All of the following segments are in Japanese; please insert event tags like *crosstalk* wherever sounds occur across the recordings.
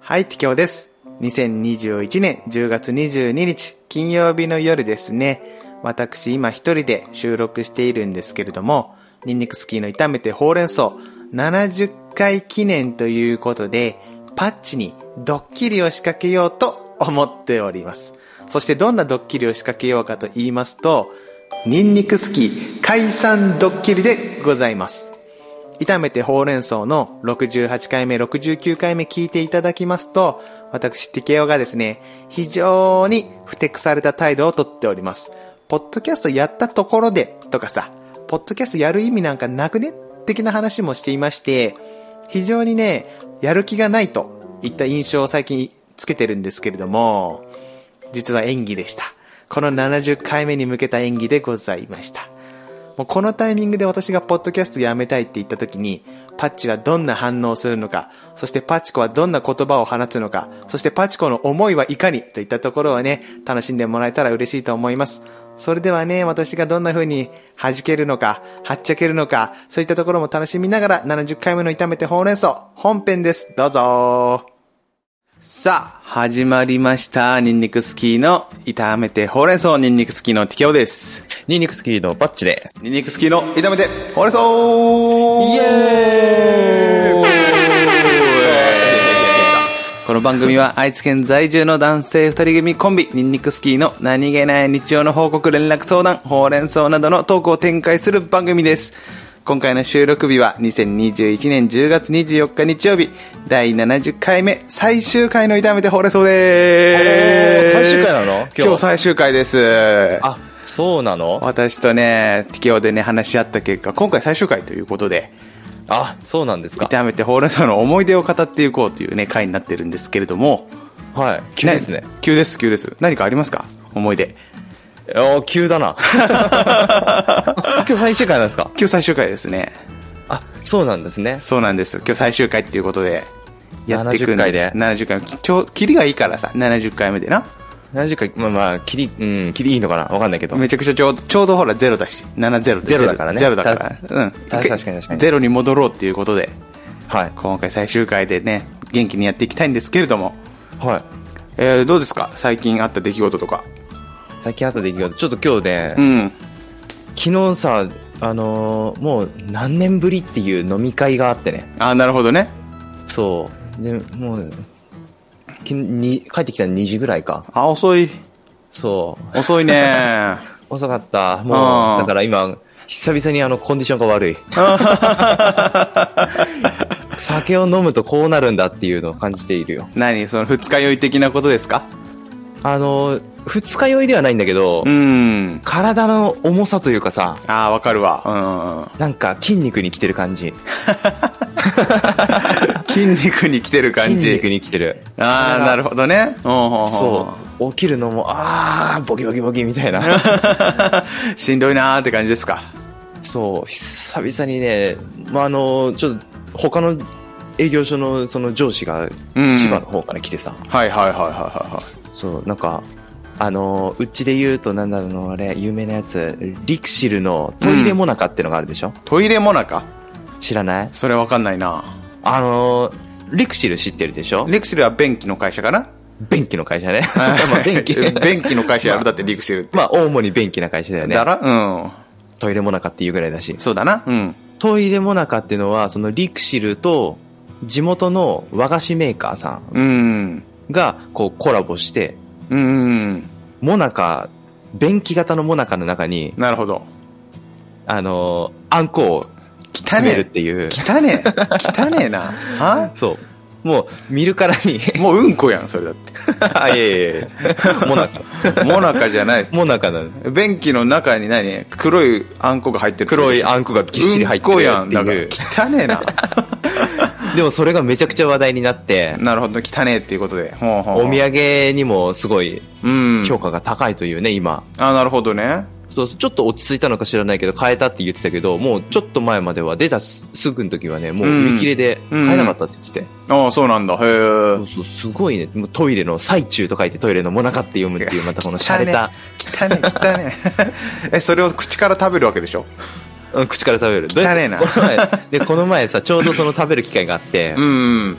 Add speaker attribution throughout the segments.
Speaker 1: はい、てきょうです。2021年10月22日、金曜日の夜ですね。私、今一人で収録しているんですけれども、ニンニクスキーの炒めてほうれん草70回記念ということで、パッチにドッキリを仕掛けようと思っております。そしてどんなドッキリを仕掛けようかと言いますと、ニンニクスキー解散ドッキリでございます。炒めてほうれん草の68回目、69回目聞いていただきますと、私、ティケオがですね、非常に不適された態度をとっております。ポッドキャストやったところで、とかさ、ポッドキャストやる意味なんかなくね的な話もしていまして、非常にね、やる気がないといった印象を最近つけてるんですけれども、実は演技でした。この70回目に向けた演技でございました。もうこのタイミングで私がポッドキャストやめたいって言った時に、パッチはどんな反応をするのか、そしてパチコはどんな言葉を放つのか、そしてパチコの思いはいかにといったところはね、楽しんでもらえたら嬉しいと思います。それではね、私がどんな風に弾けるのか、はっちゃけるのか、そういったところも楽しみながら70回目の炒めてほうれん草、本編です。どうぞさあ、始まりました。ニンニクスキーの炒めてほうれん草、ニンニクスキーのティケオです。
Speaker 2: ニンニクスキーのパッチです。
Speaker 1: ニンニクスキーの炒めてほうれん草イエーイこの番組は愛知県在住の男性二人組コンビ、ニンニクスキーの何気ない日常の報告連絡相談、ほうれん草などのトークを展開する番組です。今回の収録日は2021年10月24日日曜日、第70回目、最終回の炒めてほうれん草で
Speaker 2: おー
Speaker 1: す。
Speaker 2: 最終回なの今日
Speaker 1: 今日最終回です。
Speaker 2: あ、そうなの
Speaker 1: 私とね、TKO でね、話し合った結果、今回最終回ということで、
Speaker 2: あ、そうなんですか。
Speaker 1: 炒めてほうれん草の思い出を語っていこうというね、回になってるんですけれども、
Speaker 2: はい。急ですね
Speaker 1: な。。急です、急です。何かありますか思い出。
Speaker 2: おー急だな。今日最終回なんですか
Speaker 1: 今日最終回ですね。
Speaker 2: あ、そうなんですね。
Speaker 1: そうなんです。今日最終回っていうことで、やっていくんです。
Speaker 2: 70回で
Speaker 1: 70回。今日、キリがいいからさ、70回目でな。
Speaker 2: 何時か、まあまあ、キリ、うん、キリいいのかなわかんないけど。
Speaker 1: めちゃくちゃちょうど、ちょうどほら、ゼロだし、70で
Speaker 2: ゼロだからね
Speaker 1: ゼロだから。うん。
Speaker 2: た確かに確かに
Speaker 1: ゼロに戻ろうっていうことで、
Speaker 2: はい。
Speaker 1: 今回最終回でね、元気にやっていきたいんですけれども、
Speaker 2: はい。
Speaker 1: えーどうですか最近あった出来事とか。
Speaker 2: 最近あった出来事、ちょっと今日ね、
Speaker 1: うん。
Speaker 2: 昨日さ、あのーもう何年ぶりっていう飲み会があってね。
Speaker 1: あーなるほどね。
Speaker 2: そう。で、もう、きに帰ってきたの2時ぐらいか。
Speaker 1: あ、遅い。
Speaker 2: そう。
Speaker 1: 遅い
Speaker 2: *laughs*
Speaker 1: ね。
Speaker 2: 遅かった。
Speaker 1: あ
Speaker 2: も
Speaker 1: ー
Speaker 2: う、だから今、久々にあの、コンディションが
Speaker 1: *laughs*
Speaker 2: 悪い。酒を飲むとこうなるんだっていうのを感じているよ。
Speaker 1: 何その二日酔い的なことですか
Speaker 2: あの、二日酔いではないんだけど
Speaker 1: う、ん。
Speaker 2: 体の重さというかさ、
Speaker 1: あーわかるわ。
Speaker 2: なんか筋肉に来てる感じ。 *laughs*
Speaker 1: うん。筋肉に来てる感じ。
Speaker 2: 筋肉に来てる。
Speaker 1: あーなるほどね。そ
Speaker 2: そう。起きるのも、あー、ボキボキボキみた
Speaker 1: *laughs*
Speaker 2: いな。
Speaker 1: う。しんどいなーって感じですか。
Speaker 2: そう、久々にね、まあ、あの、ちょっと、他の営業所のその上司が
Speaker 1: うん
Speaker 2: 千葉の方から来てさ、
Speaker 1: はいはいはいはいはいはい。
Speaker 2: そう、なんか、あのーうちで言うと、なんだろうな、あれ、有名なやつ、リクシルのトイレモナカってのがあるでしょ、
Speaker 1: トイレもなか
Speaker 2: 知らない
Speaker 1: それわかんないな。
Speaker 2: あのーリクシル知ってるでしょ
Speaker 1: リクシルは便器の会社かな
Speaker 2: 便器の会社ね。 *laughs* まあ便
Speaker 1: *laughs*
Speaker 2: 器。
Speaker 1: 便器の会社やろだってリクシルって。
Speaker 2: まあ、主に便器な会社だよね
Speaker 1: だ。らうん。
Speaker 2: トイレモナカっていうぐらいだし。
Speaker 1: そうだな。うん。
Speaker 2: トイレモナカっていうのは、そのリクシルと、地元の和菓子メーカーさん
Speaker 1: うん。
Speaker 2: が、こう、コラボして、
Speaker 1: うん。
Speaker 2: モナカ、便器型のモナカの中に、
Speaker 1: なるほど。
Speaker 2: あのーあんこを
Speaker 1: 汚
Speaker 2: 詰めるっ
Speaker 1: ね
Speaker 2: ていう。
Speaker 1: 汚ね汚ねえな。は。
Speaker 2: そう。もう、見るからに
Speaker 1: もううんこやん、それだ
Speaker 2: *laughs*
Speaker 1: っ
Speaker 2: あ、いえいえいえ。モナカ。
Speaker 1: て。もなかじゃない。
Speaker 2: モナカなの。
Speaker 1: 便器の中に何黒いあんこが入ってる。
Speaker 2: 黒いあんこがぎっしり入ってる
Speaker 1: うんこやん。だ
Speaker 2: っ
Speaker 1: か
Speaker 2: てい
Speaker 1: ら汚
Speaker 2: う、
Speaker 1: ねえな。
Speaker 2: でもそれがめちゃくちゃ話題になって、
Speaker 1: *laughs* なるほど、汚ねえっていうことで。ほうほう
Speaker 2: お土産にもすごい
Speaker 1: うん。
Speaker 2: 評価が高いというね、今。
Speaker 1: あ、なるほどね。
Speaker 2: そう、ちょっと落ち着いたのか知らないけど、変えたって言ってたけど、もうちょっと前までは出たすすぐの時はね、もう売り切れで
Speaker 1: うん
Speaker 2: 買えなかったって言ってて。
Speaker 1: ああ、そうなんだ。へえ
Speaker 2: そう。そう、すごいね。もうトイレの最中と書いてトイレのモナカって読むっていう、またこの洒落た、
Speaker 1: 汚ねえ、汚ねえ。え、 *laughs* それを口から食べるわけでしょ
Speaker 2: うん口から食べる。
Speaker 1: 汚ねえな
Speaker 2: どうやってこの前、で、この前さ、ちょうどその食べる機会があって、
Speaker 1: うん。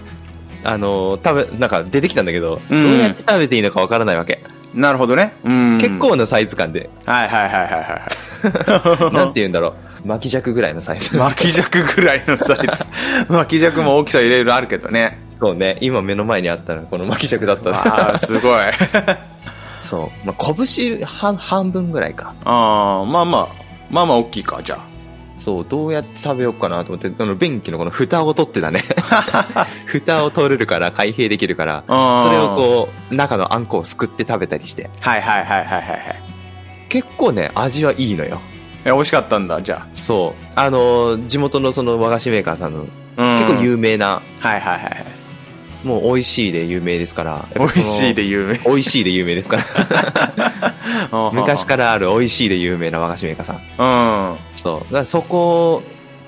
Speaker 2: あの食べなんか出てきたんだけど、
Speaker 1: うん
Speaker 2: どうやって食べていいのかわからないわけ、
Speaker 1: なるほどね。うん。
Speaker 2: 結。構なサイズ
Speaker 1: *laughs*
Speaker 2: 感で
Speaker 1: はいはいはいはいはい。
Speaker 2: なんて言うんだろう巻き尺ぐらいのサイ
Speaker 1: *laughs*
Speaker 2: ズ *laughs*
Speaker 1: 巻き尺ぐらいのサイズ。 *laughs* 巻き尺も大きさいろいろあるけどね。
Speaker 2: そうね今目の前にあったのはこの巻き尺だった
Speaker 1: ああ、 *laughs* すごい。あ
Speaker 2: そう、まあ、拳半半分ぐらいか
Speaker 1: あ、まあまあ、まあまあ大きいか、じゃ
Speaker 2: そうどうやって食べようかなと思ってあの便器のこの蓋を取って
Speaker 1: *laughs*
Speaker 2: たね蓋を取れるから開閉できるから
Speaker 1: あ。
Speaker 2: それをこう中のあんこをすくって食べたりして
Speaker 1: うん。はいはいはいはいはいはい。
Speaker 2: 結構ね味はいいのよ
Speaker 1: え、美味しかったんだ、じゃ
Speaker 2: そうあのー地元のその和菓子メーカーさんの
Speaker 1: あ。うん
Speaker 2: 結構有名
Speaker 1: は
Speaker 2: な、
Speaker 1: いはいはいはい。
Speaker 2: もう美味しいで有名ですからやっぱそ
Speaker 1: 美
Speaker 2: の
Speaker 1: 味しいで有名。
Speaker 2: 美味しいで有名で
Speaker 1: *laughs*
Speaker 2: すから昔からある美味しいで有名な和菓子メーカーさん
Speaker 1: ら。うん。
Speaker 2: そうだからそこ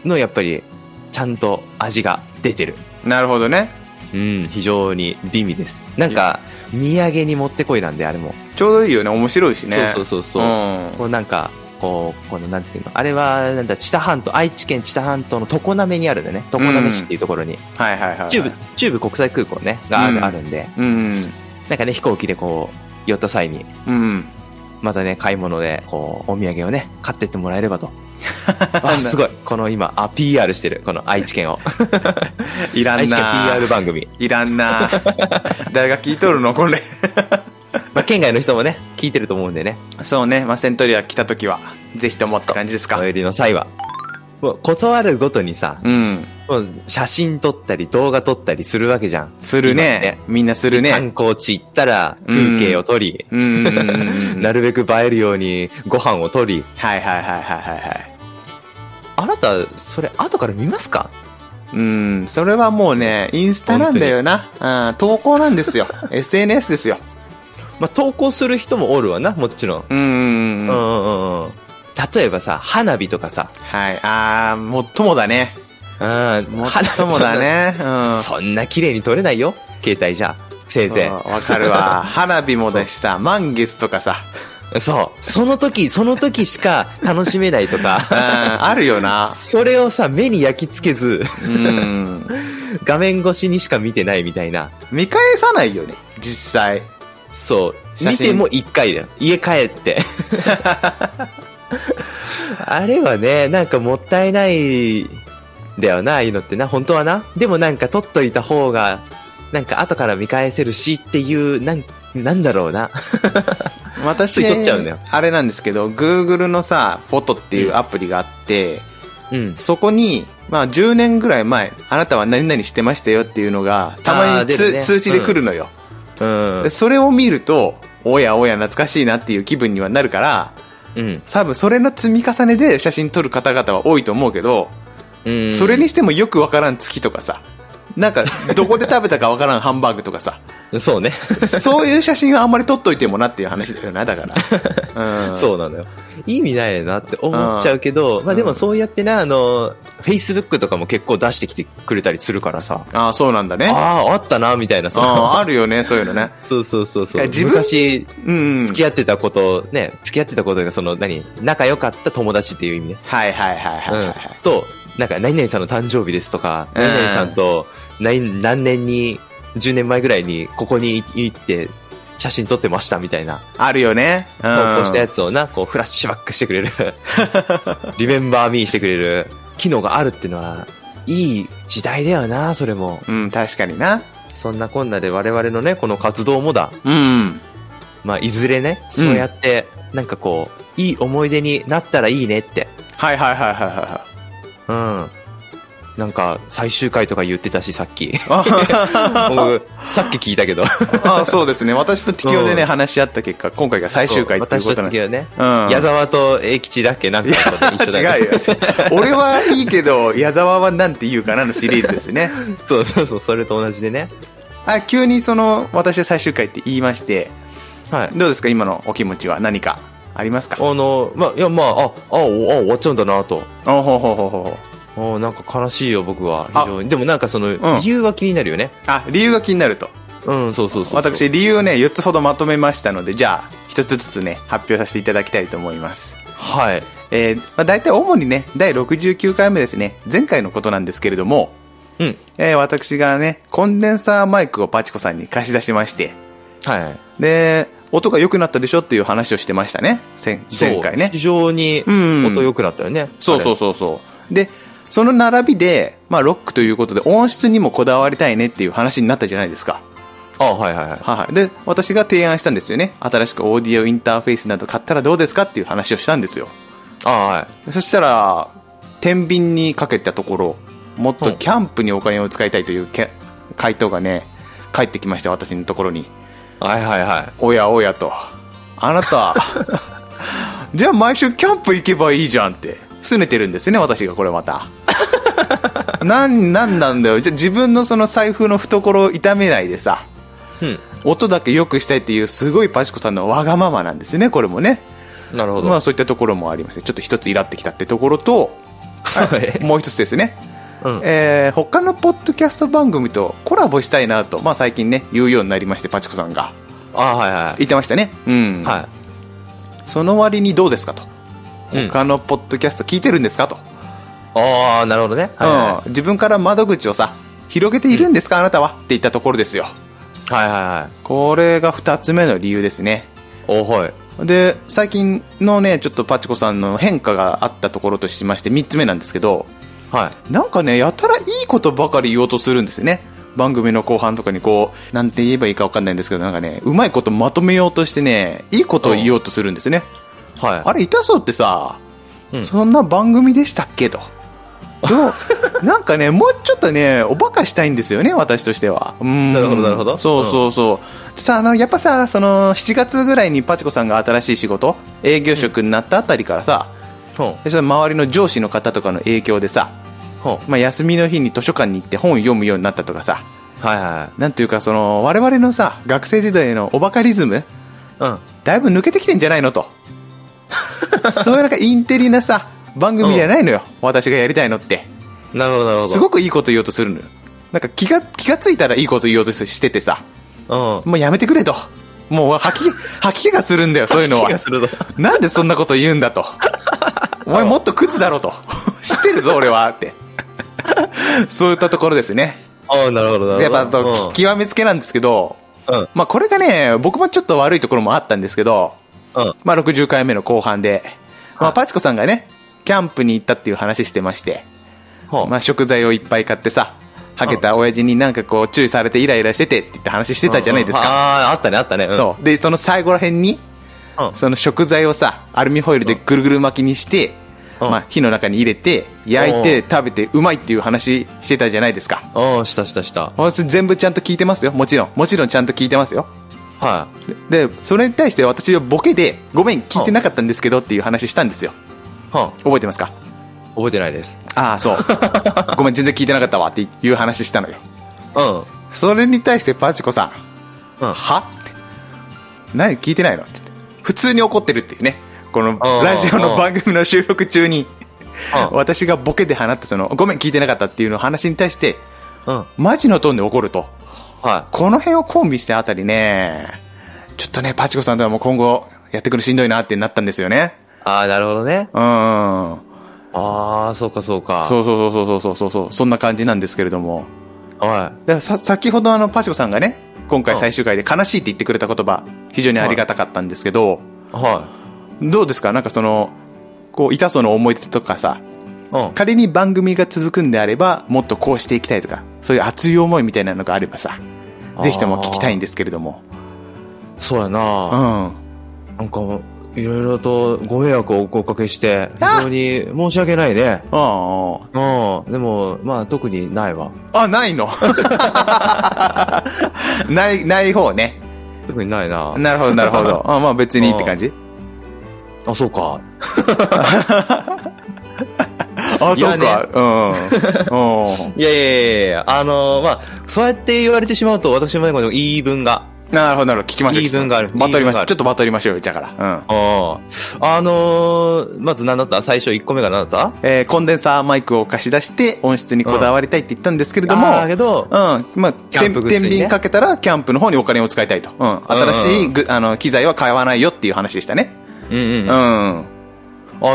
Speaker 2: のやっぱりちゃんと味が出てる
Speaker 1: なるほどね。
Speaker 2: うん非常に美味ですなんか土産にもってこいなんであれも、
Speaker 1: ちょうどいいよね。面白いしね。
Speaker 2: そうそ
Speaker 1: そ
Speaker 2: うそうそう、こうなんかこうこのなんていうのあれはなんだ知多半島愛知県知多半島の常滑にあるんだよね常滑市っていうところに、
Speaker 1: ん。はいはいはい。
Speaker 2: 中部中部国際空港ねがある,、
Speaker 1: うん
Speaker 2: あるんで
Speaker 1: うん。
Speaker 2: なんかね飛行機でこう寄った際に
Speaker 1: うん。
Speaker 2: またね買い物でこうお土産をね買ってってもらえれ
Speaker 1: *laughs*
Speaker 2: ばとあすごいこの今あ PR してるこの愛知県を
Speaker 1: いら
Speaker 2: 愛
Speaker 1: ん
Speaker 2: 知県
Speaker 1: な
Speaker 2: PR 番組、
Speaker 1: いらん
Speaker 2: *laughs*
Speaker 1: な誰が聞いとるのこれ。
Speaker 2: まあ、県外の人もね聞いてると思うんでね
Speaker 1: そうね。まあ、セントリア来た時は、ぜひともって感じですか
Speaker 2: お。寄りの際はもう断るごとにさ
Speaker 1: うん。
Speaker 2: もう写真撮ったり動画撮ったりするわけじゃん
Speaker 1: するね。みんなする
Speaker 2: 観
Speaker 1: ね。
Speaker 2: 光地行ったら風景を撮り、
Speaker 1: うんうんうんうん。
Speaker 2: *laughs* なるべく映えるようにご飯を撮り
Speaker 1: はいはいはいはいはいはい。
Speaker 2: あなたそれ後から見ますか
Speaker 1: うん。それはもうね、インスタなんだよな。うん。投稿なんですよ。SNS *laughs* ですよ。
Speaker 2: まあ、投稿する人もおるわなもちろん、
Speaker 1: うんうん
Speaker 2: う
Speaker 1: うんんうん。
Speaker 2: うんうん、例えばさ花火とかさ
Speaker 1: はい。あー、もっともだね。
Speaker 2: あ
Speaker 1: もっともだね。うん。
Speaker 2: そんな綺麗に撮れないよ携帯じゃせいぜ
Speaker 1: そうわかるわ。花火もでした。満月とかさ。
Speaker 2: いそうその時その時しか楽しめない
Speaker 1: *laughs*
Speaker 2: と
Speaker 1: うん、
Speaker 2: か
Speaker 1: あるよな。
Speaker 2: それをさ目に焼き付けず
Speaker 1: うん。
Speaker 2: 画面越しにしか見てないみたいな
Speaker 1: 見返さないよね、実際。
Speaker 2: そう。
Speaker 1: 写
Speaker 2: 見
Speaker 1: 真
Speaker 2: ても一回だよ。家帰って。 *laughs* あれはね、なんかもったいないんだよな、ああいうのってな、本当はな。でもなんか撮っといた方が、なんか後から見返せるしっていう、なん、なんだろうな。
Speaker 1: 私、
Speaker 2: つい撮っちゃうんだよ
Speaker 1: あれなんですけど、Google のさ、フォトっていうアプリがあって、
Speaker 2: うん。
Speaker 1: そこに、まあ10年ぐらい前、あなたは何々してましたよっていうのが、たま
Speaker 2: あー
Speaker 1: に
Speaker 2: 出
Speaker 1: つ、
Speaker 2: るね
Speaker 1: 通知で来るのよ、
Speaker 2: うん
Speaker 1: で。それを見ると、おやおや懐かしいなっていう気分にはなるから、
Speaker 2: うん。
Speaker 1: 多分それの積み重ねで写真撮る方々は多いと思うけど、
Speaker 2: うん。
Speaker 1: それにしてもよくわからん月とかさ、なんかどこで食べたかわからんハ *laughs* ンバーグとかさ、
Speaker 2: そうね。
Speaker 1: そういう写真はあんまり撮っといてもなっていう話だよな、だ
Speaker 2: *laughs*
Speaker 1: から。うん。
Speaker 2: そうなのよ。意味ないなって思っちゃうけど、まあでもそうやってな、あの、Facebook とかも結構出してきてくれたりするからさ、
Speaker 1: ああ、そうなんだね。あ
Speaker 2: ああ、あったな、みたいなさ。
Speaker 1: あ、あるよね、そういうのね。
Speaker 2: そうそうそうそう。
Speaker 1: え自分
Speaker 2: 昔、
Speaker 1: うん、うん。
Speaker 2: 付き合ってたこと、ね、付き合ってたことが、その、何、仲良かった友達っていう意味ね。
Speaker 1: はいはいはいはいはい。
Speaker 2: うん。と、なんか、何々さんの誕生日ですとか、
Speaker 1: うん
Speaker 2: 何々さんと、何、何年に、10年前ぐらいに、ここに行って、写真撮ってましたみたいな、
Speaker 1: あるよね。うん。
Speaker 2: 投稿したやつをな、こう、フラッシュバックしてくれ
Speaker 1: *laughs*
Speaker 2: る。リメンバーミーしてくれる機能があるっていうのは、いい時代だよな、それも。
Speaker 1: うん、確かにな。
Speaker 2: そんなこんなで我々のね、この活動もだ、
Speaker 1: うん。
Speaker 2: まあ、いずれね、そうやって、なんかこう、いい思い出になったらいいねって。
Speaker 1: はいはいはいはいはいは
Speaker 2: うん。なんか、最終回とか言ってたし、さっ
Speaker 1: *laughs*
Speaker 2: き。
Speaker 1: い。
Speaker 2: 僕、さっき聞いたけど。
Speaker 1: ああ、 *laughs* そうですね。私と適応でね、
Speaker 2: うん
Speaker 1: 話し合った結果、今回が最終回っていうことなん
Speaker 2: 私
Speaker 1: で。
Speaker 2: はね、
Speaker 1: うん。
Speaker 2: 矢沢と栄吉だっけなんか一緒だ
Speaker 1: い
Speaker 2: よ
Speaker 1: や違う
Speaker 2: ね
Speaker 1: よ。俺はいいけど、矢沢はなんて言うかなのシリーズですね。
Speaker 2: *laughs* そうそうそう、それと同じでね。
Speaker 1: あ、急にその、私は最終回って言いまして、
Speaker 2: はい。
Speaker 1: どうですか今のお気持ちは何かありますか
Speaker 2: あの、まあ、いや、まあ、あ、あ、おあ終わっちゃうんだなと。
Speaker 1: おほうほうほうほうほう
Speaker 2: おなんか悲しいよ、僕は。非
Speaker 1: あ
Speaker 2: 常に。でもなんかその、
Speaker 1: ん
Speaker 2: 理由は気になるよね。
Speaker 1: あ、理由が気になると。
Speaker 2: うん、そうそうそうそう。
Speaker 1: 私、理由をね、4つほどまとめましたので、じゃあ、1つずつね、発表させていただきたいと思います。
Speaker 2: はい。
Speaker 1: えー、まあ、大体主にね、第69回目ですね、前回のことなんですけれども、
Speaker 2: うん。
Speaker 1: えー私がね、コンデンサーマイクをパチコさんに貸し出しまして、
Speaker 2: はい。
Speaker 1: で、音が良くなったでしょっていう話をしてましたね。前前回
Speaker 2: そう
Speaker 1: ね
Speaker 2: 非。常に
Speaker 1: うん
Speaker 2: 音良くなったよね。
Speaker 1: そうそう
Speaker 2: そ
Speaker 1: そうそう。で、その並びで、まあロックということで音質にもこだわりたいねっていう話になったじゃないですか。
Speaker 2: う。あはいはいはい。
Speaker 1: はいはい。で、私が提案したんですよね。新しくオーディオインターフェースなど買ったらどうですかっていう話をしたんですよ。
Speaker 2: あはい。
Speaker 1: そしたら、天秤にかけたところ、もっとキャンプにお金を使いたいというけ回答がね、返ってきました、私のところに。
Speaker 2: はいはいは
Speaker 1: おやおやと。あなた、じゃあ毎週キャンプ行けばいいじゃんって、拗ねてるんですよね、私がこれまた。なん、なんなんだよ。じゃあ自分のその財布の懐を痛めないでさ、
Speaker 2: い。
Speaker 1: 音だけ良くしたいっていうすごいパチコさんのわがままなんですね、これもね。
Speaker 2: うん。なるほど。
Speaker 1: まあそういったところもありまして、ちょっと一つイラってきたってところと、
Speaker 2: はい。
Speaker 1: もう一つですね。
Speaker 2: *laughs* うん。
Speaker 1: えー他のポッドキャスト番組とコラボしたいなと、まあ最近ね、言うようになりまして、パチコさんが。
Speaker 2: あはいはい。
Speaker 1: 言ってましたね。うん。
Speaker 2: は
Speaker 1: その割にどうですかと。
Speaker 2: い。うん。
Speaker 1: 他のポッドキャスト聞いてるんですかと、
Speaker 2: ああ、なるほどね。はいは
Speaker 1: うん自分から窓口をさ広げているんですか、あなたはって言ったところですよ
Speaker 2: いはい。はいはいはい。
Speaker 1: これが2つ目の理由ですね
Speaker 2: おはい。
Speaker 1: で最近のねちょっとパチコさんの変化があったところとしまして3つ目なんですけど
Speaker 2: はい。
Speaker 1: なんかねやたらいいことばかり言おうとするんですよね番組の後半とかにこうなんて言えばいいか分かんないんですけどなんかねうまいことまとめようとしてねいいことを言おうとするんですよね、
Speaker 2: はい。
Speaker 1: あれ痛そうってさ
Speaker 2: うん
Speaker 1: そんな番組でしたっけと。ど
Speaker 2: *laughs*
Speaker 1: うなんかね、もうちょっとね、おバカしたいんですよね、私としては。な
Speaker 2: なるほどなるほど
Speaker 1: そうそうそう。さあ、あの、やっぱさ、その、7月ぐらいにパチコさんが新しい仕事、営業職になったあたりからさ、
Speaker 2: ほん。
Speaker 1: でその周りの上司の方とかの影響でさ、
Speaker 2: ほん。
Speaker 1: まあ、休みの日に図書館に行って本を読むようになったとかさ、
Speaker 2: はいは
Speaker 1: なんというか、その、我々のさ、学生時代のおバカリズム、
Speaker 2: いはい。うん。
Speaker 1: だいぶ抜けてきてんじゃないのと。そういうなんかインテリなさ、番組じゃないのよ。私がやりたいのって。
Speaker 2: なるほどなるほど。
Speaker 1: すごくいいこと言おうとするのよ。なんか気が、気がついたらいいこと言おうとしててさ、
Speaker 2: うん。
Speaker 1: も
Speaker 2: *laughs*
Speaker 1: うやめてくれと。もう吐き、 *laughs* 吐き気がするんだよ、そういうのは
Speaker 2: 気が。するぞ。
Speaker 1: なんでそんなこと言うんだと。お前もっとクズだろと。知ってるぞ、俺は、って。そういったところですね。
Speaker 2: *laughs* ああ、なるほどな
Speaker 1: や
Speaker 2: る
Speaker 1: っ
Speaker 2: ほど。
Speaker 1: ぱ、あとき極めつけなんですけど、
Speaker 2: うん。うん。
Speaker 1: まあこれがね、僕もちょっと悪いところもあったんですけど、
Speaker 2: うん。
Speaker 1: まあ、60回目の後半で、まあ、パチコさんがね、キャンプに行ったっていう話してまして、
Speaker 2: ほん。
Speaker 1: まあ、食材をいっぱい買ってさ、はけた親父になんかこう、注意されてイライラしててって言って話してたじゃないですか。
Speaker 2: ああ、あったね、あったね。うん。
Speaker 1: そう。で、その最後ら辺に、
Speaker 2: うん。
Speaker 1: その食材をさ、アルミホイルでぐるぐる巻きにして、
Speaker 2: うん
Speaker 1: まあ、火の中に入れて、焼いて、食べて、うまいっていう話してたじゃないですか。
Speaker 2: ああ、したしたした。
Speaker 1: 私全部ちゃんと聞いてますよ。もちろん。もちろんちゃんと聞いてますよ。
Speaker 2: は
Speaker 1: で、それに対して私はボケで、ごめん、聞いてなかったんですけどっていう話したんですよ。
Speaker 2: い。はん。
Speaker 1: 覚えてますか
Speaker 2: 覚えてないです。
Speaker 1: ああ、そう。 *laughs* ごめん、全然聞いてなかったわっていう話したのよ。
Speaker 2: うん。
Speaker 1: それに対してパチコさん、
Speaker 2: うん
Speaker 1: はって。何聞いてないのって言って。普通に怒ってるっていうね。この
Speaker 2: あー
Speaker 1: ラジオの番組の収録中に、
Speaker 2: あー
Speaker 1: 私がボケで放ったその、ごめん聞いてなかったっていうの話に対して、
Speaker 2: うん。
Speaker 1: マジのトーンで怒ると。
Speaker 2: は
Speaker 1: この辺をコンビしてあたりね、ちょっとね、パチコさんとはもう今後やってくるのしんどいなってなったんですよね。
Speaker 2: い。ああ、なるほどね。
Speaker 1: うん。
Speaker 2: ああ、そうかそうか。
Speaker 1: そうそうそうそうそうそう、そんな感じなんですけれども。
Speaker 2: は
Speaker 1: だからさ先ほどあのパチコさんがね今回最終回で悲しいって言ってくれた言葉非常にありがたかったんですけど、
Speaker 2: い。は
Speaker 1: どうですかなんかそのこう痛そうな思い出とかさ
Speaker 2: い。うん。
Speaker 1: 仮に番組が続くんであればもっとこうしていきたいとかそういう熱い思いみたいなのがあればさぜひとも聞きたいんですけれども
Speaker 2: そうや
Speaker 1: う
Speaker 2: な。
Speaker 1: ん
Speaker 2: なんか、いろいろとご迷惑をおかけして、非常に申し訳ないね。
Speaker 1: あ
Speaker 2: うん。でも、まあ、特にないわ。
Speaker 1: ああないの *laughs* ないない方ね
Speaker 2: 特にないな。
Speaker 1: なるほどなるほどあまあ別にって感じ
Speaker 2: あ、そうか。
Speaker 1: あ
Speaker 2: いや
Speaker 1: そう
Speaker 2: ね
Speaker 1: か、うんうん
Speaker 2: いやいやいやいや、あのーまあ、そうやって言われてしまうと、私もね、この言い分が。
Speaker 1: なるほど、なるほど。聞きましょう。
Speaker 2: 言い分がある
Speaker 1: バトりましょ
Speaker 2: 言い分があ
Speaker 1: う。
Speaker 2: る
Speaker 1: ちょっとバトりましょうよ、じゃあから。うん。
Speaker 2: ああのーまず何だった最初1個目が何だっ
Speaker 1: えーコンデンサーマイクを貸し出して、音質にこだわりたいって言ったんですけれ
Speaker 2: た
Speaker 1: ども、
Speaker 2: あ
Speaker 1: う
Speaker 2: ーだけ
Speaker 1: ん。
Speaker 2: ど、
Speaker 1: まあ、
Speaker 2: キャ
Speaker 1: て
Speaker 2: ンプ
Speaker 1: ん
Speaker 2: グッズ
Speaker 1: 天
Speaker 2: にね
Speaker 1: 秤かけたら、キャンプの方にお金を使いたいと。うん。新しいぐ、あの、機材は買わないよっていう話でしたね。
Speaker 2: うんうん
Speaker 1: うん。
Speaker 2: あ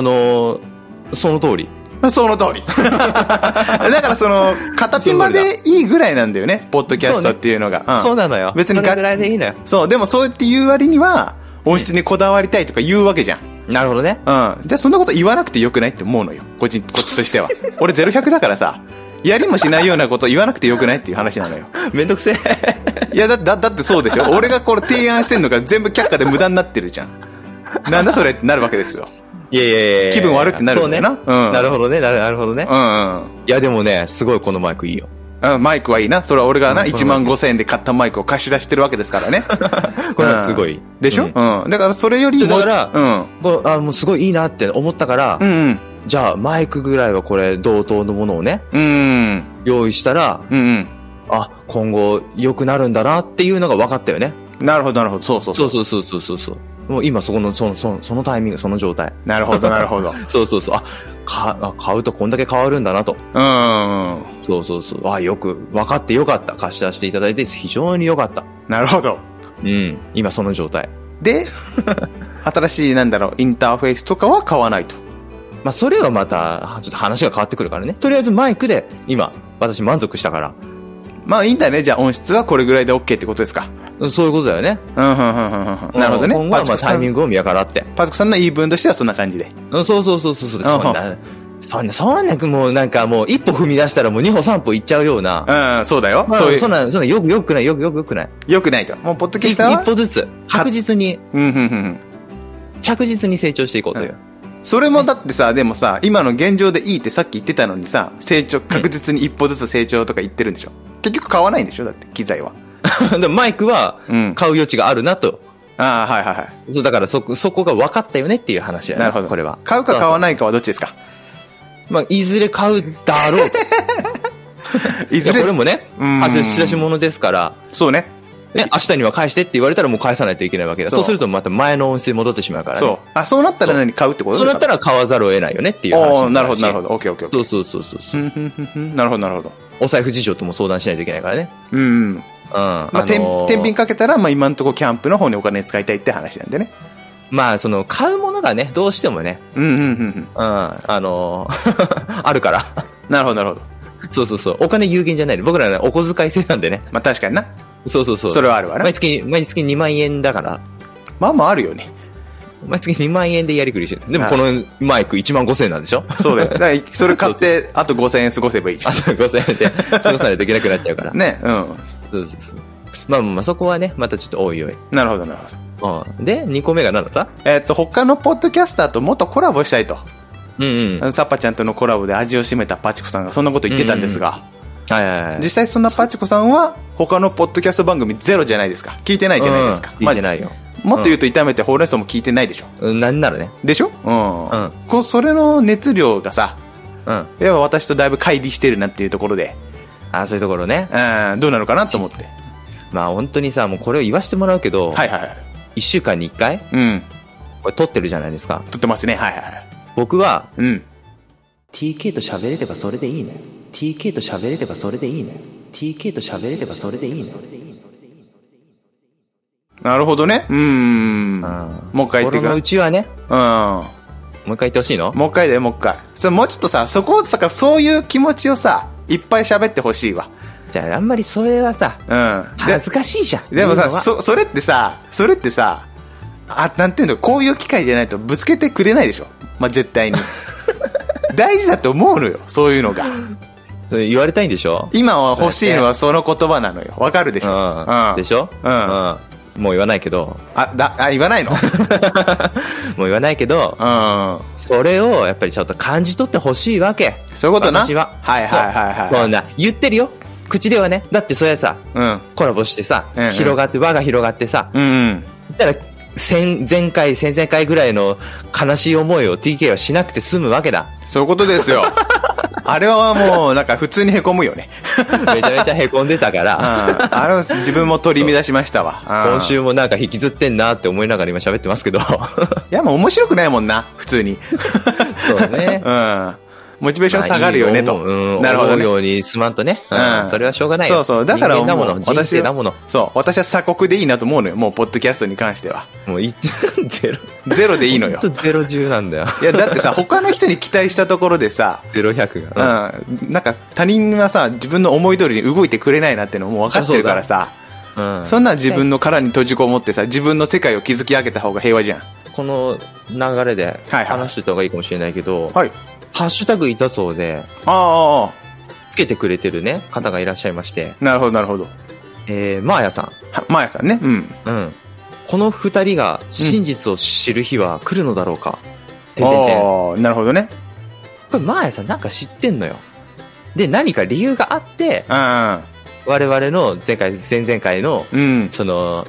Speaker 2: のーその通り。
Speaker 1: その
Speaker 2: *laughs*
Speaker 1: 通り。だからその、片手までいいぐらいなんだよね、ポッドキャストっていうのが。ん
Speaker 2: そうなのよ。
Speaker 1: 別に
Speaker 2: それ
Speaker 1: が
Speaker 2: ぐらいでいいのよ。
Speaker 1: そう、でもそうやって言う割には、音質にこだわりたいとか言うわけじゃん。
Speaker 2: なるほどね。
Speaker 1: うん。じゃあそんなこと言わなくてよくないって思うのよ。こっち、こっちとしては。 *laughs* 俺0100だからさ、やりもしないようなこと言わなくてよくないっていう話なのよ。
Speaker 2: めんどくせえ。
Speaker 1: いや、だ、だ、だってそうでしょ俺がこれ提案してんのが全部却下で無駄になってるじゃん。なんだそれってなるわけですよ。
Speaker 2: いやいやいやいや
Speaker 1: 気分悪ってなる
Speaker 2: そうん
Speaker 1: だ
Speaker 2: ね。
Speaker 1: よなうん
Speaker 2: なるほどね。なるなるほどね
Speaker 1: う。んうん。
Speaker 2: いや、でもね、すごいこのマイクいいよ。
Speaker 1: うん、マイクはいいな。それは俺がな、
Speaker 2: うん
Speaker 1: 1万5千円で買ったマイクを貸し出してるわけですからね。
Speaker 2: これはすごい
Speaker 1: うんでしょ、
Speaker 2: う
Speaker 1: うん、だからそれよりも。
Speaker 2: だから
Speaker 1: うん。
Speaker 2: これ、あ、もうすごいいいなって思ったから
Speaker 1: う、ん
Speaker 2: じゃあマイクぐらいはこれ同等のものをね、
Speaker 1: うん。うん。
Speaker 2: 用意したら、
Speaker 1: うんうん。
Speaker 2: あ、今後良くなるんだなっていうのが分かったよね。
Speaker 1: なるほど、なるほど。そうそうそ。
Speaker 2: そううそうそうそうそうそう。もう今そこの、その、その、そのタイミング、その状態。
Speaker 1: なるほど、なるほど。
Speaker 2: そうそうそう。あ、か、あ買うとこんだけ変わるんだなと。
Speaker 1: うんうん。
Speaker 2: そうそうそう。あ、よく、分かってよかった。貸し出していただいて、非常に良かった。
Speaker 1: なるほど。
Speaker 2: うん。今その状態。
Speaker 1: で、 *laughs* 新しい、なんだろう、インターフェースとかは買わないと。
Speaker 2: まあ、それはまた、ちょっと話が変わってくるからね。とりあえずマイクで、今、私満足したから。
Speaker 1: まあいいんだね。じゃあ音質はこれぐらいで OK ってことですか。
Speaker 2: うんそういうことだよね。
Speaker 1: うん、うん、うん、うんうん。なるほどね。
Speaker 2: うん今後はまあ
Speaker 1: パチコさん
Speaker 2: タイミングを見計らって。
Speaker 1: パズクさんの言い分としてはそんな感じで。
Speaker 2: うんそうそうそうそうそう。
Speaker 1: ん
Speaker 2: そんな、そんな、そんな、もうなんかもう、一歩踏み出したらもう二歩三歩行っちゃうような。
Speaker 1: うん、そうだよ。
Speaker 2: まあ
Speaker 1: そうい
Speaker 2: そ
Speaker 1: う。
Speaker 2: んな、そんな、よくよくない、よくよくよくない。
Speaker 1: よくないと。もう、ポッドキャ
Speaker 2: 一
Speaker 1: ストは
Speaker 2: 一歩ずつ、確実に、
Speaker 1: うん、うん、うんうん。
Speaker 2: 着実に成長していこうという。
Speaker 1: それもだってさ、でもさ、今の現状でいいってさっき言ってたのにさ、成長、確実に一歩ずつ成長とか言ってるんでしょ結局買わないんでしょだって、機材は。
Speaker 2: *laughs* でもマイクは、
Speaker 1: うん。
Speaker 2: 買う余地があるなと。
Speaker 1: ああ、はいはいは
Speaker 2: そう、だからそこ、そこが分かったよねっていう話だ
Speaker 1: い。
Speaker 2: よね。
Speaker 1: なるほど。
Speaker 2: これは。
Speaker 1: 買うか買わ
Speaker 2: い。
Speaker 1: ないかはどっちですか
Speaker 2: まあ、いずれ買うだろうと。
Speaker 1: い
Speaker 2: い
Speaker 1: ず
Speaker 2: や、こ
Speaker 1: れ
Speaker 2: れ、もね、
Speaker 1: うん
Speaker 2: 足仕出し物ですから、
Speaker 1: そうね。
Speaker 2: ね、明日には返してって言われたらもう返さないといけないわけだ。
Speaker 1: そう
Speaker 2: そうするとまた前の音質に戻ってしまうからね。
Speaker 1: そう。あ、そうなったら何買うってこと
Speaker 2: そうなった
Speaker 1: ら、
Speaker 2: ら買わざるを得ないよねっていう話
Speaker 1: おーなるほど、なるほ
Speaker 2: ど。
Speaker 1: ど。オッケーオッケーオッケ
Speaker 2: そ
Speaker 1: ー。
Speaker 2: うそうそうそうそうう。
Speaker 1: んふんふんふんなるほど、なるほど。
Speaker 2: お財布事情とも相談しないといけないからね。
Speaker 1: うんうん。
Speaker 2: うん。ま
Speaker 1: まあ、てん天秤かけたら、まあ今んとこキャンプの方にお金使いたいって話なんでね。
Speaker 2: まあ、その、買うものがね、どうしてもね、
Speaker 1: うんうんうんうん。
Speaker 2: うん、あのー *laughs* あるから。
Speaker 1: なるほど、なるほど。
Speaker 2: そうそうそう。お金有限じゃない。僕らね、お小遣い制なんでね。
Speaker 1: まあ確かにな。
Speaker 2: そうそうそう。
Speaker 1: それはあるわな
Speaker 2: 毎。月、毎月2万円だから、
Speaker 1: まあまああるよね。
Speaker 2: 毎月2万円でやりくりしてる。でも
Speaker 1: はい
Speaker 2: このマイク1万5千円なんでしょ
Speaker 1: *laughs* そう *laughs* だよ。だから、 *laughs* それ買って、あと5000円過ごせばいいじゃ
Speaker 2: *laughs* あと5000円で過ごさないといけなくなっちゃうから。
Speaker 1: ん。ね、うん。
Speaker 2: そうそうそう。まあまあまあ、そこはね、またちょっとおいおい。
Speaker 1: なるほど、なるほど。
Speaker 2: うん。で、2個目が何だった
Speaker 1: えっと、他のポッドキャスターともっとコラボしたいと。
Speaker 2: うんうん。
Speaker 1: あ
Speaker 2: はい
Speaker 1: のサッパちゃんとのコラボで味を占めたパチコさんがそんなこと言ってたんですが、
Speaker 2: はいはい。
Speaker 1: 実際そんなパチコさんは、他のポッドキャスト番組ゼロじゃないですか。聞いてないじゃないですか。
Speaker 2: うん聞いてないよ。
Speaker 1: まあもっと言うと、炒めてほうれん草も聞いてないでしょ。
Speaker 2: うん、なんならね。
Speaker 1: でしょうん。
Speaker 2: うん
Speaker 1: こう、それの熱量がさ、
Speaker 2: うん。
Speaker 1: やっぱ私とだいぶ乖離してるなっていうところで、
Speaker 2: あそういうところね。
Speaker 1: うん、どうなのかなと思って。
Speaker 2: まあ本当にさ、もうこれを言わせてもらうけど、
Speaker 1: はいはいはい。
Speaker 2: 1週間に1回、
Speaker 1: うん。
Speaker 2: これ撮ってるじゃないですか。
Speaker 1: 撮ってますね。はいはいはい。
Speaker 2: 僕は、
Speaker 1: うん。
Speaker 3: TK と喋れればそれでいいね TK と喋れればそれでいいね TK と喋れればそれでいいね
Speaker 1: なるほどね。うーん。もう一回言ってくだ
Speaker 2: 心の
Speaker 1: さ
Speaker 2: う
Speaker 1: い。
Speaker 2: ちはね、
Speaker 1: う
Speaker 2: もう一回言ってほしいの
Speaker 1: ん。もう一回だよ、もう一回。それもうちょっとさ、そこをさ、そういう気持ちをさ、いっぱい喋ってほしいわ。
Speaker 2: じゃああんまりそれはさ、
Speaker 1: うん。
Speaker 2: 恥ずかしいじゃん。
Speaker 1: ででも
Speaker 2: 言
Speaker 1: さ、
Speaker 2: うのは
Speaker 1: そ、それってさ、それってさ、あ、なんていうの、こういう機会じゃないとぶつけてくれないでしょ。まあ、絶
Speaker 2: *laughs*
Speaker 1: 対に。大事だと思うのよ、そういうのが。
Speaker 2: それ言われたいんでしょ
Speaker 1: 今は欲しいのはその言葉なのよ。わかるでしょ。
Speaker 2: うん。でしょ
Speaker 1: うん
Speaker 2: うん。もう言わないけど、
Speaker 1: あ、だ、あ、言わないのう
Speaker 2: もう言わないけど、
Speaker 1: ん。
Speaker 2: それをやっぱりちょっと感じ取ってほしいわけ。
Speaker 1: そういうことな。
Speaker 2: 私は。
Speaker 1: はいはいはいはい。
Speaker 2: そうそんな、言ってるよ。口ではね。だってそれはさ、
Speaker 1: うん。
Speaker 2: コラボしてさ、
Speaker 1: うんうん
Speaker 2: 広がって、輪が広がってさ、
Speaker 1: うん。
Speaker 2: だから、前前回、前々回ぐらいの悲しい思いを TK はしなくて済むわけだ。
Speaker 1: そういうことです
Speaker 2: *laughs*
Speaker 1: よ。あれはもう、なんか普通に凹むよね。
Speaker 2: めちゃめちゃ凹んでたか
Speaker 1: うん。
Speaker 2: ら、
Speaker 1: あれは自分も取り乱しましたわ。 *laughs* うん
Speaker 2: 今。週もなんか引きずってんなって思いながら今喋ってますけど。
Speaker 1: いや、もう面白くないもんな、普通に。
Speaker 2: そう
Speaker 1: うん。
Speaker 2: ね。
Speaker 1: まモチベーション下がるよねと。
Speaker 2: まあいい思ううん
Speaker 1: なるほど
Speaker 2: 思う
Speaker 1: ね。
Speaker 2: ようにすまんとね。
Speaker 1: うん
Speaker 2: うん。それはしょうがないよ
Speaker 1: そうそう。だから
Speaker 2: 人間だ
Speaker 1: も
Speaker 2: も
Speaker 1: う
Speaker 2: の。、人生だもの。
Speaker 1: そう。私は鎖国でいいなと思うのよ。もう、ポッドキャストに関しては。
Speaker 2: もう、い *laughs* ゼロ。
Speaker 1: ゼロでいいのよ
Speaker 2: *laughs* ほ。んとゼロ中なんだよ。
Speaker 1: いや、だってさ、他の人に期待したところでさ、
Speaker 2: ゼロ百
Speaker 1: うん、
Speaker 2: が。
Speaker 1: なんか他人はさ、自分の思い通りに動いてくれないなってのもう分かってるからさ、
Speaker 2: うん。
Speaker 1: そんなん自分の殻に閉じこもってさ、自分の世界を築き上げた方が平和じゃん。
Speaker 2: この流れで
Speaker 1: はい
Speaker 2: 話してた方がいいかもしれないけど、
Speaker 1: はい。
Speaker 2: ハッシュタグいたそうで、
Speaker 1: ああ、あ
Speaker 2: つけてくれてるね、方がいらっしゃいまして、
Speaker 1: あなるほど、なるほど。
Speaker 2: えー、マーヤさ
Speaker 1: はマーヤさんね。うん。
Speaker 2: ん。うん。この二人が真実を知る日は来るのだろうか。てんてんてんこ
Speaker 1: ああ、なるほどね。
Speaker 2: れ、マーヤさんなんか知ってんのよ。で、何か理由があって、
Speaker 1: あ
Speaker 2: 我々の前回、前々回の、
Speaker 1: あ、うん。
Speaker 2: *laughs* その、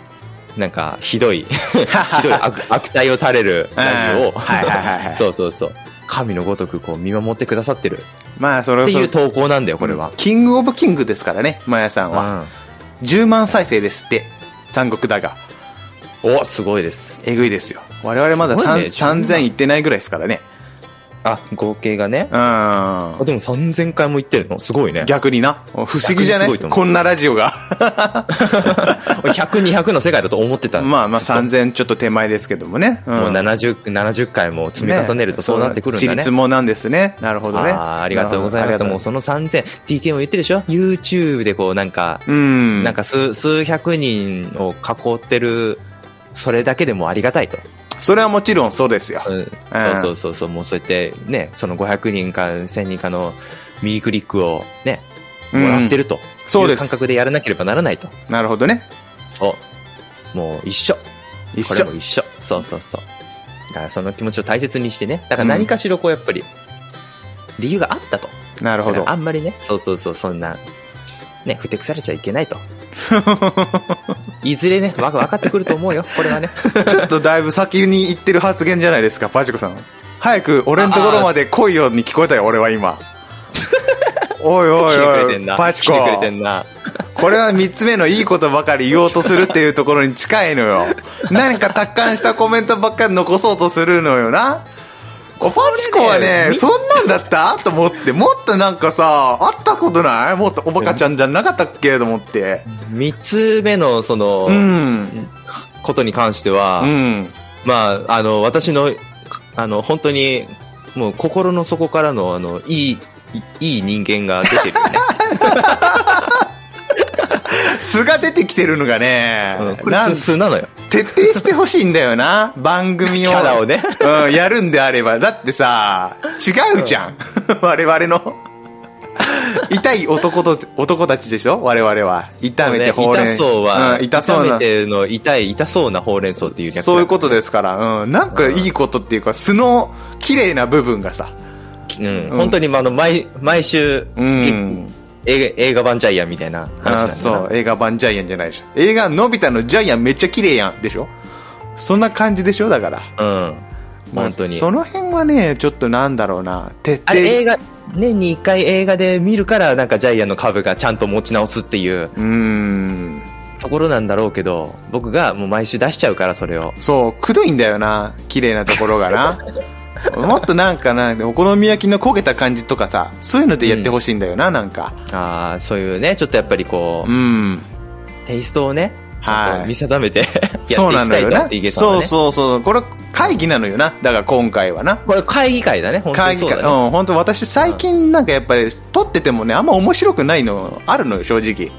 Speaker 2: なんか、ひどい、 *laughs* ひどい
Speaker 1: *laughs*
Speaker 2: 悪悪態を垂れるラジオを、
Speaker 1: うんはいはいはいはい
Speaker 2: *laughs* そうそうそう。神のごとくこう見守ってくださってる
Speaker 1: まあ、それ
Speaker 2: っ
Speaker 1: は
Speaker 2: て
Speaker 1: そ
Speaker 2: いう
Speaker 1: れ
Speaker 2: 投稿なんだよ、これは。
Speaker 1: キングオブキングですからね、マーヤさんは。10万再生ですって。三国だが。
Speaker 2: うんお、すごいです。
Speaker 1: えぐいですよ。我々まだ
Speaker 2: すごいね
Speaker 1: 3 3000いってないぐらいですからね。
Speaker 2: あ、合計がね。
Speaker 1: うん
Speaker 2: あ。でも3000回も行ってるのすごいね。
Speaker 1: 逆にな。不思議じゃな
Speaker 2: 逆にすご
Speaker 1: い
Speaker 2: いと思う
Speaker 1: こんなラジオが。
Speaker 2: *laughs* 100、200の世界だと思ってた。
Speaker 1: まあまあ3000ちょっと手前ですけどもね。うん
Speaker 2: もう70、70回も積み重ねるとそうなってくるんだ
Speaker 1: 私
Speaker 2: ね
Speaker 1: 立。もなんですね。なるほどね。
Speaker 2: あーありがとうございま
Speaker 1: なる
Speaker 2: す。
Speaker 1: ほ
Speaker 2: も
Speaker 1: ど
Speaker 2: うその3000、TK も言ってるでしょ ?YouTube でこうなんか、
Speaker 1: うん。
Speaker 2: なんか数数百人を囲ってる、それだけでもありがたいと。
Speaker 1: それはもちろんそうですよ。
Speaker 2: うん、そうそうそうそう、もうそうやってね、その500人か1000人かの右クリックをね、もらってると。
Speaker 1: そうです
Speaker 2: 感覚でやらなければならないと。
Speaker 1: なるほどね。
Speaker 2: そう。もう一緒。
Speaker 1: 一
Speaker 2: これ
Speaker 1: 緒
Speaker 2: も。一緒。そうそうそう。だからその気持ちを大切にしてね。だから何かしらこうやっぱり、理由があったと。
Speaker 1: なるほ
Speaker 2: だ
Speaker 1: ど
Speaker 2: からあ。んまりね、そうそうそう、そんな、ね、ふてくされちゃい
Speaker 1: *laughs*
Speaker 2: けないと。いずれね、わ分かってくると思うよ、これはね。
Speaker 1: ちょっとだいぶ先に行ってる発言じゃないですか、パチコさん。早く俺のところまで来いように聞こえたよ、俺は
Speaker 2: *laughs*
Speaker 1: 今。おい *laughs* おい
Speaker 2: 来てく
Speaker 1: お
Speaker 2: れてん
Speaker 1: い、
Speaker 2: な。
Speaker 1: パチコ
Speaker 2: 来。てくれてんな。
Speaker 1: これは三つ目のいいことばかり言おうとするっていうところに近いの
Speaker 2: *laughs*
Speaker 1: よ。何か達観したコメントばっかり残そうとするのよな。おパチコはね、そんなんだったと思って、もっとなんかさ、会ったことないもっとおバカちゃんじゃなかったっけと思って。
Speaker 2: 三つ目の、その、
Speaker 1: うん。
Speaker 2: ことに関しては、
Speaker 1: うん。
Speaker 2: まあ、あの、私の、あの、本当に、もう心の底からの、あの、いい、いいい人間が出てる
Speaker 1: *laughs*
Speaker 2: よね。
Speaker 1: 素が出てきてるのがね
Speaker 2: うん、これ
Speaker 1: なん
Speaker 2: 素素なのよ。
Speaker 1: 徹底してほしいんだよな。番組
Speaker 2: キ
Speaker 1: を。
Speaker 2: ャラをね。
Speaker 1: うん、やるんであれば。だってさ、違うじゃん。我々の。痛い男と、男たちでしょ我々は。痛めてほうれん。
Speaker 2: 痛そうは、
Speaker 1: うん、痛そう
Speaker 2: 痛
Speaker 1: な
Speaker 2: め。ての痛い、痛そうなほうれん草っていう略
Speaker 1: そういうことですから。うん、なんかいいことっていうか、素の綺麗な部分がさ。
Speaker 2: うん、本当に、まあ、あの、毎、毎週、
Speaker 1: うん
Speaker 2: 結構映画映画版ジャイアンみたいな話なんだ
Speaker 1: あ
Speaker 2: な
Speaker 1: そう、映画版ジャイアンじゃないでしょ。映画、のび太のジャイアンめっちゃ綺麗やん。でしょそんな感じでしょだから。
Speaker 2: うん。本当に。
Speaker 1: その辺はね、ちょっとなんだろうな。徹底。
Speaker 2: あれ映画、年に一回映画で見るから、なんかジャイアンの株がちゃんと持ち直すっていう
Speaker 1: うーん。
Speaker 2: ところなんだろうけど、僕がもう毎週出しちゃうから、それを。
Speaker 1: そう、くどいんだよな。綺麗なところが
Speaker 2: *laughs*
Speaker 1: な。もっとなんかな、お好み焼きの焦げた感じとかさ、そういうのでやってほしいんだよな、なんか。
Speaker 2: ああ、そういうね、ちょっとやっぱりこ
Speaker 1: う
Speaker 2: う、
Speaker 1: ん。
Speaker 2: テイストをね、ちゃん
Speaker 1: は
Speaker 2: と
Speaker 1: い
Speaker 2: 見定めて、 *laughs* やっていき
Speaker 1: そうなの
Speaker 2: たい
Speaker 1: よ
Speaker 2: と
Speaker 1: な。
Speaker 2: 池さんは
Speaker 1: そう
Speaker 2: ね。
Speaker 1: そうそう。これ会議なのよな。だから今回はな。
Speaker 2: これ会議会だね、本当
Speaker 1: 会
Speaker 2: に
Speaker 1: 議
Speaker 2: そう
Speaker 1: 会、
Speaker 2: だね。
Speaker 1: うん、本当私最近なんかやっぱり撮っててもね、あんま面白くないのあるのよ、正直。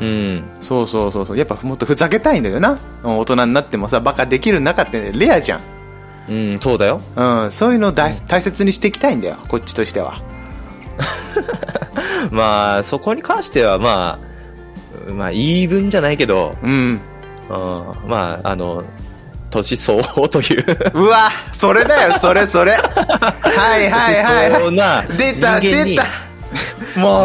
Speaker 2: うん。
Speaker 1: そうそうそうそう。やっぱもっとふざけたいんだよな。うん大人になってもさ、バカできる中って、レアじゃん。
Speaker 2: うん、そうだよ。
Speaker 1: うん、そういうのを大大切にしていきたいんだよ、こっちとしては。
Speaker 2: *laughs* まあ、そこに関しては、まあ、まあ、言い分じゃないけど、
Speaker 1: うん。
Speaker 2: うん、まあ、あの、年相応という。
Speaker 1: うわ、それだよ、それそれ。はいはいはい
Speaker 2: 年相応
Speaker 1: は。
Speaker 2: ない
Speaker 1: 出た、
Speaker 2: 人間に
Speaker 1: 出た。も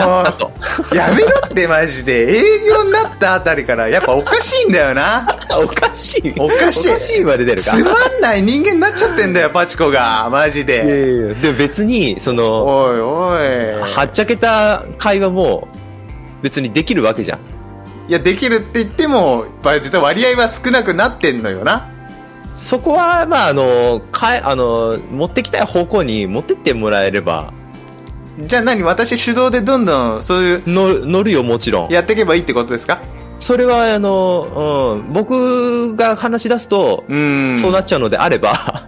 Speaker 1: う、やめろってマジで。営業になったあたりから、やっぱおかしいんだよな。
Speaker 2: おかしい。
Speaker 1: おかしい
Speaker 2: おかしいまで出るか。
Speaker 1: つまんない人間になっちゃってんだよ、パチコが。マジ
Speaker 2: いや
Speaker 1: で。
Speaker 2: いやいやでも別に、その、
Speaker 1: おいおい。
Speaker 2: はっちゃけた会話も、別にできるわけじゃん。
Speaker 1: いや、できるって言っても、やっぱり実は割合は少なくなってんのよな。
Speaker 2: そこは、まあ、あの、かえ、あの、持ってきたい方向に持ってってもらえれば、
Speaker 1: じゃあ何私手動でどんどんそういう、
Speaker 2: の乗るよ、もちろん。
Speaker 1: やっていけばいいってことですか
Speaker 2: それは、あの、うん、僕が話し出すと、
Speaker 1: うん。
Speaker 2: そうなっちゃうのであれば、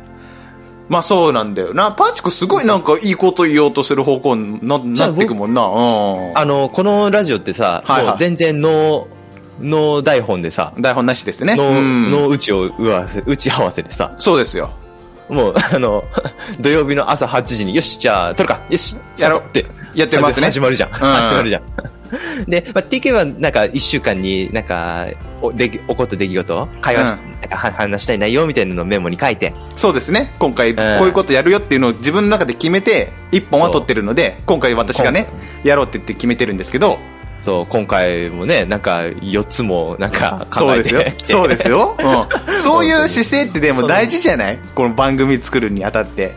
Speaker 1: まあそうなんだよな。パーチクすごいなんかいいこと言おうとする方向にな
Speaker 2: じゃあ
Speaker 1: なっていくもんな。うん。
Speaker 2: あの、このラジオってさ、
Speaker 1: はいはい
Speaker 2: もう全然脳、脳台本でさ、
Speaker 1: 台本なしですね。
Speaker 2: 脳、
Speaker 1: うん
Speaker 2: 脳打ちをうわせ、打ち合わせでさ、
Speaker 1: そうですよ。
Speaker 2: もう、 *laughs* あの、土曜日の朝8時に、よし、じゃあ、撮るか、よし、
Speaker 1: やろう
Speaker 2: って、
Speaker 1: やってますね。
Speaker 2: 始まるじゃん。始まるじゃん。で、まあ、TK はなんか一週間になんか、おでき起こった出来事会話し、
Speaker 1: うん
Speaker 2: なんかは話したい内容みたいなのをメモに書いて、
Speaker 1: そうですね。今回、
Speaker 2: ん
Speaker 1: こういうことやるよっていうのを自分の中で決めて、一本は取ってるので、今回私がね、やろうって言って決めてるんですけど、
Speaker 2: そう、今回もね、なんか4つもなんか考
Speaker 1: そう
Speaker 2: え
Speaker 1: で
Speaker 2: て
Speaker 1: すよ。そうですよ。
Speaker 2: *laughs*
Speaker 1: うん。そういう
Speaker 2: 本当に
Speaker 1: 姿勢ってでも大事じゃないこの番組作るにあた
Speaker 2: *laughs*
Speaker 1: って。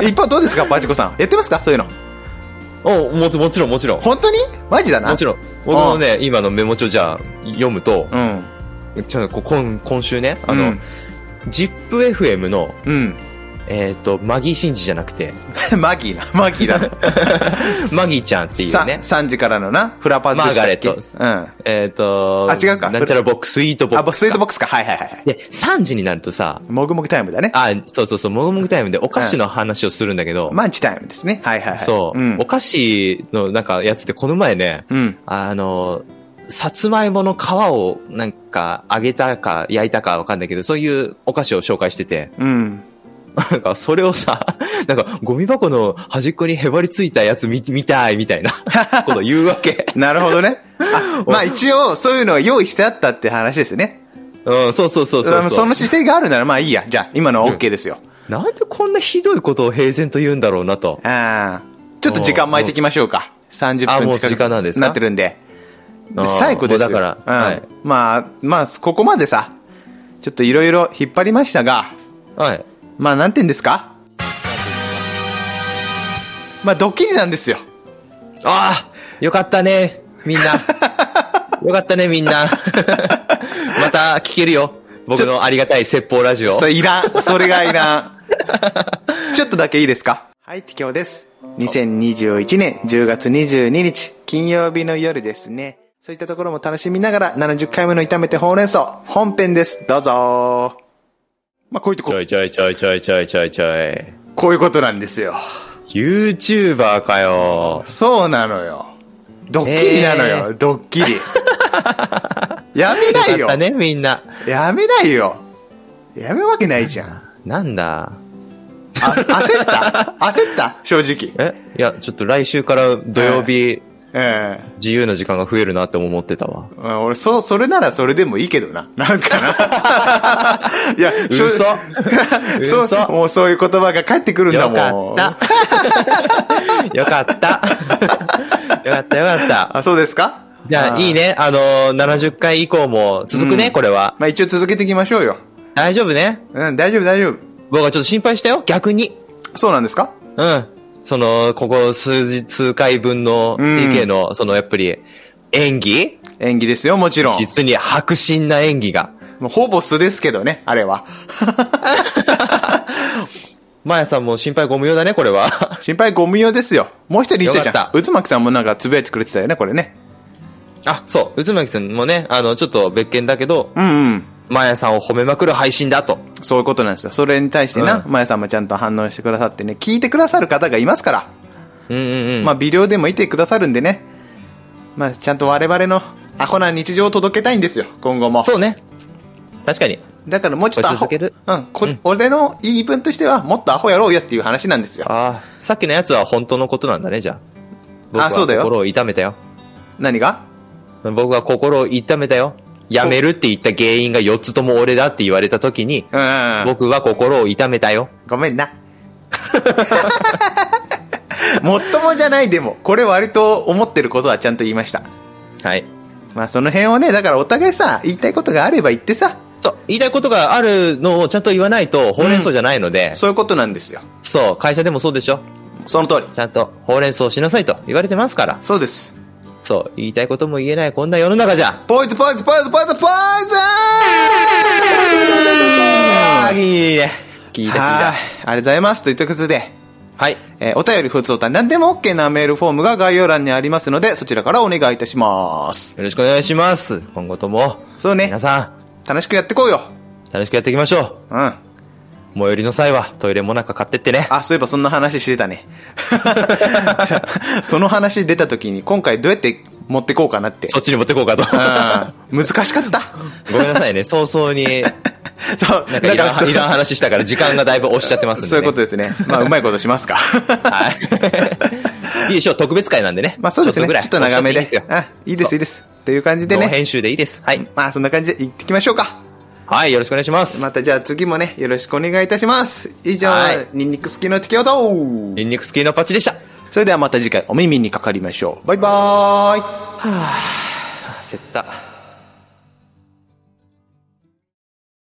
Speaker 1: 一方どうですかパチコさん。やってますかそういうの。
Speaker 2: *laughs* おもちもちろんもちろん。
Speaker 1: 本当にマジだな。
Speaker 2: もちろん。僕のね、今のメモ帳じゃあ読むと、
Speaker 1: うん。
Speaker 2: ちょっとこ今今週ね、あ
Speaker 1: う
Speaker 2: の
Speaker 1: ん、
Speaker 2: ZIPFM の、
Speaker 1: うん。
Speaker 2: えっ、と、マギーシンジじゃなくて、
Speaker 1: *laughs* マギーな。マギーだな。
Speaker 2: マギーちゃんっていうね、
Speaker 1: さ3時からのな、フラパズでしたっけ
Speaker 2: マー
Speaker 1: うん。
Speaker 2: えっ、と、
Speaker 1: あ違うか
Speaker 2: なんちゃらボックス、スイートボッ
Speaker 1: あ、
Speaker 2: クス。
Speaker 1: スイートボックスか。はいはいはいはい。
Speaker 2: で、3時になるとさ、
Speaker 1: もぐもぐタイムだね。
Speaker 2: あ、そうそうそう、もぐもぐタイムでお菓子の話をするんだけど、
Speaker 1: マンチタイムですね。はいはいはい。
Speaker 2: そう、
Speaker 1: うん
Speaker 2: お。菓子のなんかやつってこの前ね、
Speaker 1: うん。
Speaker 2: あの、さつまいもの皮をなんか揚げたか焼いたかわかんないけど、そういうお菓子を紹介してて、
Speaker 1: うん。
Speaker 2: なんかそれをさ、 *laughs* なんかゴミ箱の端っこにへばりついたやつ見見たいみたいな *laughs* ことを言うわけ。
Speaker 1: なるほどね。
Speaker 2: *laughs*
Speaker 1: あまあ一応、そういうのが用意してあったって話ですね。
Speaker 2: うん、そうそうそうそう
Speaker 1: あのその姿勢があるならまあいいや。じゃあ、今のは OK ですよ。
Speaker 2: なんでこんなひどいことを平然と言うんだろうなと。
Speaker 1: ああ。ちょっと時間巻いていきましょうか。30
Speaker 2: あ
Speaker 1: 分
Speaker 2: もう
Speaker 1: 近く
Speaker 2: 時間なんですか
Speaker 1: なってるんで。で
Speaker 2: あー
Speaker 1: 最後ですよ。
Speaker 2: もうだから
Speaker 1: うん
Speaker 2: はい
Speaker 1: まあ、まあ、ここまでさ、ちょっといろいろ引っ張りましたが、
Speaker 2: はい。
Speaker 1: まあ、なんて言うんですかまあ、ドッキリなんですよ。
Speaker 2: ああよかったね、
Speaker 1: *laughs*
Speaker 2: みんな。よかったね、みんな。 *laughs* また聞けるよ。僕のありがたい説法ラジオ。
Speaker 1: それいらん。それがいらん。ちょっとだけいいですかはい、てきょうです。2021年10月22日、金曜日の夜ですね。そういったところも楽しみながら、70回目の炒めてほうれん草、本編です。どうぞまあ、こういうと
Speaker 2: ち
Speaker 1: こ
Speaker 2: ょ、いちょいちょいちょいちょいちょいちょい。
Speaker 1: こういうことなんですよ。
Speaker 2: YouTuber かよ。
Speaker 1: そうなのよ。ドッキリなのよ、
Speaker 2: え
Speaker 1: ドッキリ。やめない
Speaker 2: よ
Speaker 1: よ
Speaker 2: かったね、みんな。
Speaker 1: やめないよやめるわけないじゃん。あ、
Speaker 2: なんだ。
Speaker 1: 焦った焦った正直。
Speaker 2: えいや、ちょっと来週から土曜日、
Speaker 1: ええ
Speaker 2: 自由な時間が増えるなって思ってたわ。
Speaker 1: うん俺、そう、それならそれでもいいけどな。なんかな。いや、
Speaker 2: 嘘
Speaker 1: 正直 *laughs* そう
Speaker 2: 嘘
Speaker 1: もうそういう言葉が返ってくるんだ
Speaker 2: よ
Speaker 1: も
Speaker 2: か
Speaker 1: ん。
Speaker 2: った。よ *laughs* かった。よかった、よかった。
Speaker 1: あ、そうですか
Speaker 2: じゃあ、いい
Speaker 1: ね。
Speaker 2: ね。あのー、70回以降も続くね、
Speaker 1: うん
Speaker 2: これは。
Speaker 1: まあ一応続けていきましょうよ。
Speaker 2: 大丈夫ね。
Speaker 1: うん、大丈夫大丈夫。
Speaker 2: 僕はちょっと心配したよ、逆に。
Speaker 1: そうなんですか
Speaker 2: うん。その、ここ数日、数回分の
Speaker 1: うん
Speaker 2: TK の、その、やっぱり、演技
Speaker 1: 演技ですよ、もちろん。
Speaker 2: 実に迫真な演技が。
Speaker 1: もうほぼ素ですけどね、あれは。
Speaker 2: まやさんも心配ご無用だね、これは。
Speaker 1: 心配ご無用ですよ。もう一人いたじ
Speaker 2: よか
Speaker 1: ゃ
Speaker 2: っ
Speaker 1: ん。
Speaker 2: た
Speaker 1: 渦巻さんもなんかつぶやいてくれてたよね、これね。
Speaker 2: あ、そう。渦巻さんもね、あの、ちょっと別件だけど、
Speaker 1: うんうん。
Speaker 2: まやさんを褒めまくる配信だと。
Speaker 1: そういうことなんですよ。それに対してな、
Speaker 2: う
Speaker 1: まやさんもちゃんと反応してくださってね、聞いてくださる方がいますから。
Speaker 2: うんうんうん。
Speaker 1: まあ、微量でもいてくださるんでね。まあ、ちゃんと我々のアホな日常を届けたいんですよ、今後も。
Speaker 2: そうね。確かに。
Speaker 1: だからもうちょっとアホ。
Speaker 2: これ続
Speaker 1: うん、こ俺の言い分としては、もっとアホやろうやっていう話なんですよ。
Speaker 2: ああ、さっきのやつは本当のことなんだね、じゃあ。僕は
Speaker 1: そうだよ
Speaker 2: 心を痛めたよ。
Speaker 1: 何が
Speaker 2: 僕は心を痛めたよ。やめるって言った原因が4つとも俺だって言われた時に、
Speaker 1: うん。
Speaker 2: 僕は心を痛めたよ。
Speaker 1: ごめんな。もっともじゃないでも、これ割と思ってることはちゃんと言いました。
Speaker 2: はい。
Speaker 1: まあその辺をね、だからお互いさ、言いたいことがあれば言ってさ、
Speaker 2: そう、言いたいことがあるのをちゃんと言わないと、ほうれん草じゃないので、
Speaker 1: そういうことなんですよ。
Speaker 2: そう、会社でもそうでしょ。
Speaker 1: その通り。
Speaker 2: ちゃんとほうれん草しなさいと言われてますから。
Speaker 1: そうです。
Speaker 2: そう、言いたいことも言えないこんな世の中じゃ。
Speaker 1: ポイズポイズポイズポイズポイズ
Speaker 2: ああ、いいね。聞いた
Speaker 1: は
Speaker 2: 聞いた
Speaker 1: い。ありがとうございます。といったことで、
Speaker 2: はい。
Speaker 1: えーお便り、普通おた、何でも OK なメールフォームが概要欄にありますので、そちらからお願いいたします。
Speaker 2: よろしくお願いします。今後とも、
Speaker 1: そうね
Speaker 2: 皆、さ
Speaker 1: 楽しくやってこうよ。
Speaker 2: ん、楽しくやっていきましょ
Speaker 1: うん。あ、
Speaker 2: う。最寄りの際は、トイレもなか買ってってね。
Speaker 1: そういえばそんな話してたね。 *laughs* その話出た時に、今回どうやって持ってこうかなって。
Speaker 2: そっちに持ってこうかと。
Speaker 1: うん。難しかった。
Speaker 2: *laughs* ごめんなさいね、早々に、
Speaker 1: そう。
Speaker 2: *laughs* なんかいら
Speaker 1: だから
Speaker 2: ん、いらん話したから時間がだいぶ押しちゃってますんで、ね。
Speaker 1: そういうことですね。まあ、うまいことしますか。 *laughs*
Speaker 2: はい。いいでしょう、特別会なんでね。
Speaker 1: まあ、そうですね。ちょっと長めで。
Speaker 2: 押しちゃっていい
Speaker 1: あ、いいです、いいです。という感じ
Speaker 2: で
Speaker 1: です
Speaker 2: よ。ノー
Speaker 1: ね。
Speaker 2: 編集でいいです。はい。
Speaker 1: まあ、そんな感じで行ってきましょうか。
Speaker 2: はい、よろしくお願いします。
Speaker 1: またじゃあ次もね、よろしくお願いいたします。以上
Speaker 2: はい、
Speaker 1: ニンニク好きの適応と、
Speaker 2: ニンニクスキーのパッチでした。
Speaker 1: それではまた次回お耳にかかりましょう。バイバーイ
Speaker 2: 焦った。